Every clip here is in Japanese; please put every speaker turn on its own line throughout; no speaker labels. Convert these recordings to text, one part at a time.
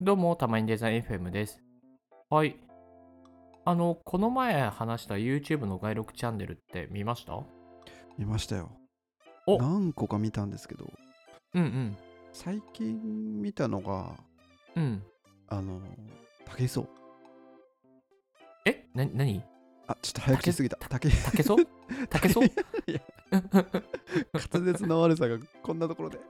どうも、たまにデザイン FM です。はい。あの、この前話した YouTube の外録チャンネルって見ました
見ましたよ
お
何個か見たんですけど
うんうん。
最近見たのが
うん。
あの竹磯
えな、なに
あちょっと早口すぎた竹
竹 そ竹そ
いや滑舌の悪さが こんなとこ ろで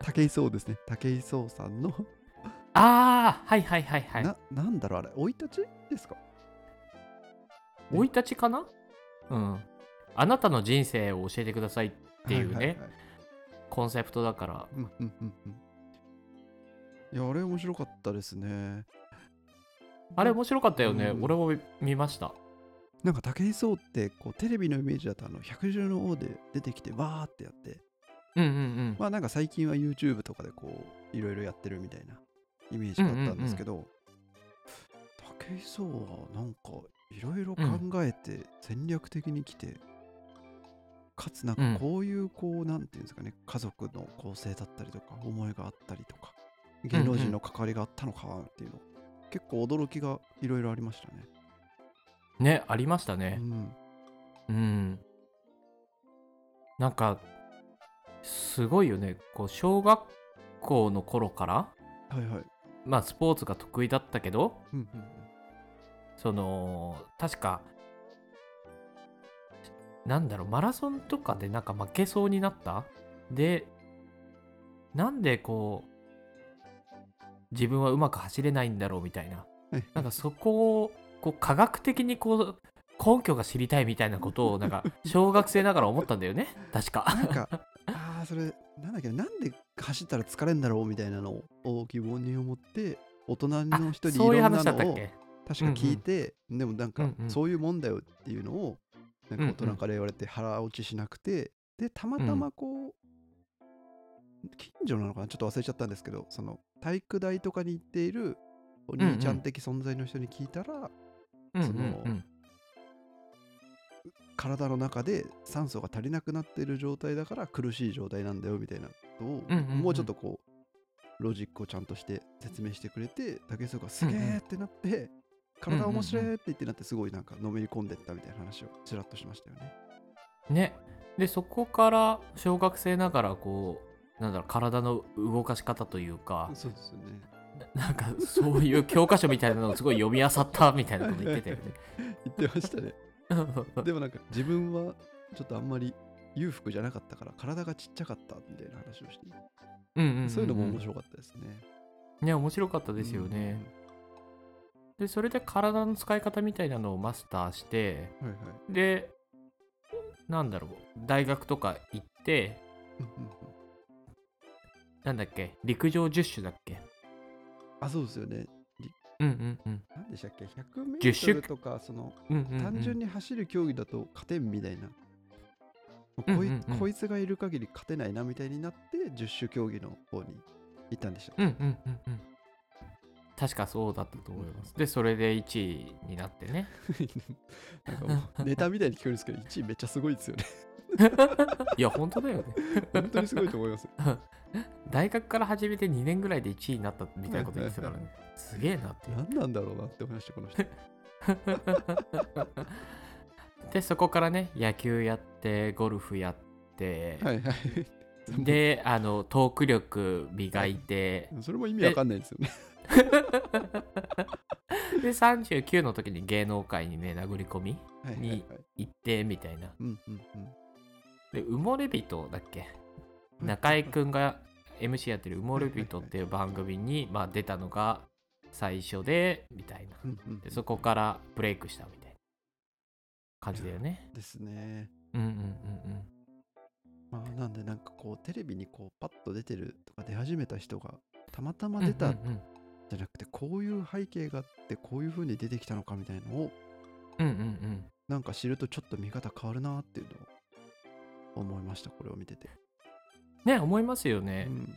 竹磯ですね竹磯さんの、
あー、はいはいはいはい。
ななんだろうあれ生い立ちですか
生い立ちかなうん。あなたの人生を教えてください。ていうね
ははは
コンセプトだから。
うんうんうんうんいやあれ面白かったですね
あれ面白かったよね。
うん
俺も見ました。
なんか武井壮ってこうテレビのイメージだとあの百獣の王で出てきてわーってやって
うんうんうん。
まあなんか最近は YouTube とかでこういろいろやってるみたいなイメージだったんですけど武井壮はなんかいろいろ考えて戦略的に来て、かつなん
うん
かこういうこうなんていうんですかね家族の構成だったりとか思いがあったりとか芸能人の関わりがあったのかっていうの結構驚きがいろいろありましたね。
ね、ありました
う
ね。
ん、
うん。なんか、すごいよね。こう、小学校の頃から、
はいはい。
まあ、スポーツが得意だったけど、
うんうんうん
その、確か、なんだろう、マラソンとかでなんか負けそうになったで、なんでこう、自分はうまく走れないんだろうみたいな
はい。
なんかそこを、こう、科学的にこう、根拠が知りたいみたいなことを、なん か、小学生ながら思ったんだよね。確か。
なんか、ああ、それ、なんだっけ、なんで走ったら疲れんだろうみたいなのを疑問に思って、大人の人にい
そういう
ろん
話だ
な
った
の
っ
を
け
確か聞いて、でもな
う
ん
ん
か
う、ん
そういうもんだよっていうのを、なん
うん
か
うん
大人から言われて腹落ちしなくて、で、たまたまこう、近所なのかなちょっと忘れちゃったんですけど、その体育大とかに行っているお兄ちゃん的存在の人に聞いたら、
うんう
そ
ん
の
うん。
体の中で酸素が足りなくなっている状態だから苦しい状態なんだよみたいなことを、
うんうんうん
もうちょっとこうロジックをちゃんとして説明してくれて武井壮がすげ
うんうん
ーってなって、体面白いって言ってなってすごいなんかのめり込んでったみたいな話をちらっとしましたよね。
ね。で、そこから、小学生ながら、こう、なんだろう、体の動かし方というか、
そうですよね。
なんかそういう教科書みたいなのをすごい読み漁ったみたいなこと言ってたよ ね。
言ってましたね。でもなんか自分はちょっとあんまり裕福じゃなかったから体がちっちゃかったみたいな話をして、
うんうんんん
そういうのも面白かったですね。
ね面白かったですよね。でそれで体の使い方みたいなのをマスターして
うんうん。はいはい。
でなんだろう大学とか行って
うんうんうん
なんだっけ陸上10種だっけ
あそうですよね。
うんうんうん
何でしたっけ
10
100m
種
とかその
うんうんうん
単純に走る競技だと勝てんみたいな、
うん
こい
うんうん
こいつがいる限り勝てないなみたいになって10種競技の方に行ったんでしたっ
うんうんうんうん確かそうだったと思います。で、それで1位になってね。
け なんかもうネタみたいに聞こえるんですけど1位めっちゃすごいですよね
いや、本当だよね。
本当にすごいと思います
大学から始めて2年ぐらいで1位になったみたいなこと言ってたからねすげえなっていう
何なんだろうなって思いましたこ の人
でそこからね野球やってゴルフやって、
はいはい
であのトーク力磨いて
それも意味わかんないですよね
で39の時に芸能界にね殴り込み
はいはい、はい
に、行ってみたいな
うんうんうん
で「埋もれ人」だっけ中居君が MC やってる「埋もれ人」っていう番組に、まあ、出たのが最初でみたいな
うんうん
でそこからブレイクしたみたいな感じだよね
ですね
うんうんうんうん
まあなんでなんかこうテレビにこうパッと出てるとか出始めた人がたまたま出た
うんうん
じゃなくてこういう背景があってこういう風に出てきたのかみたいのを
うんうんうん
なんか知るとちょっと見方変わるなっていうのを思いましたこれを見てて、
ね思いますよ
う
ね、
ん、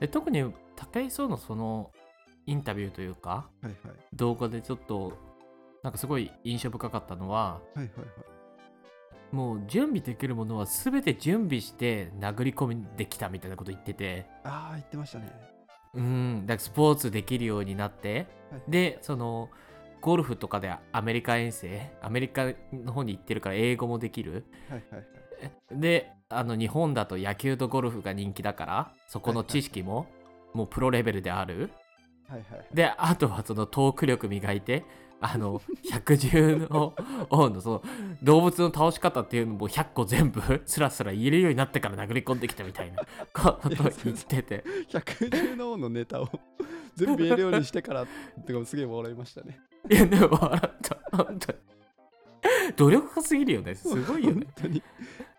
で特に武井壮のそのインタビューというか
はいはい
動画でちょっとなんかすごい印象深かったのは
はいはいはい
もう準備できるものは全て準備して殴り込んできたみたいなこと言ってて
ああ言ってましたね
うんだからスポーツできるようになって、
はい
でそのゴルフとかでアメリカ遠征アメリカの方に行ってるから英語もできる
はいはいはい
であの日本だと野球とゴルフが人気だからそこの知識ももうプロレベルである
はいはいはい
であとはそのトーク力磨いてあの百獣の王のその動物の倒し方っていうのも100個全部スラスラ言えるようになってから殴り込んできたみたいなことを言ってて
百獣の王のネタを 全部言えるようにしてからってかすげえ笑いましたね。
いやでも笑った本当に努力家すぎるよねすごいよね
本当に。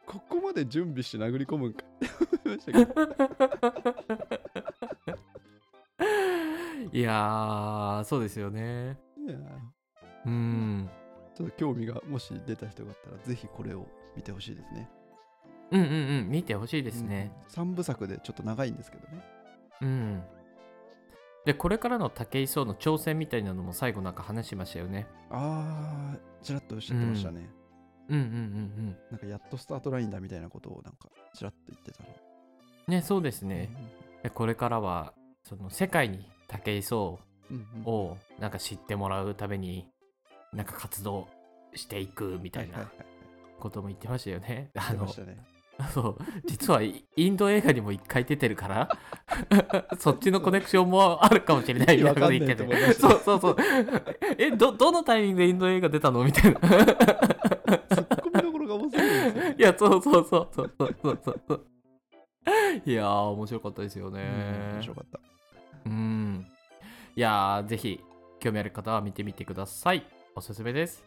ここまで準備して殴り込むんかって思いました けど。
いやーそうですよね
いやー
うん
ちょっと興味がもし出た人があったらぜひこれを見てほしいですね。
うんうんうん見てほしいですね、
うん。三部作でちょっと長いんですけどね。
うん。で、これからの武井壮の挑戦みたいなのも最後なんか話しましたよね。
ああちらっとおっしゃってましたね。
うんうんうん
なんかやっとスタートラインだみたいなことをなんかちらっと言ってたの。
うん。ね、そうですね。でこれからは、その世界に武井壮
うんうん。うんうん
をなんか知ってもらうために、なんか活動していくみたい
はい
な
はいはい
ことも言ってましたよね。あ
言ってま
の
し、たね。
そう、実はイインド映画にも一回出てるから、 そっちのコネクションもあるかもしれないみたいなこと言って
意味わかんねえ
て。
と思
そうそうそう。え、ど、どのタイミングでインド映画出たのみたいな。
ツッコミどころが面白いですよね
いや、そうそうそうそうそうそうそうそう。いやー、面白かったですよね
うん。面白かった。
うん。いやー、ぜひ、興味ある方は見てみてください。おすすめです。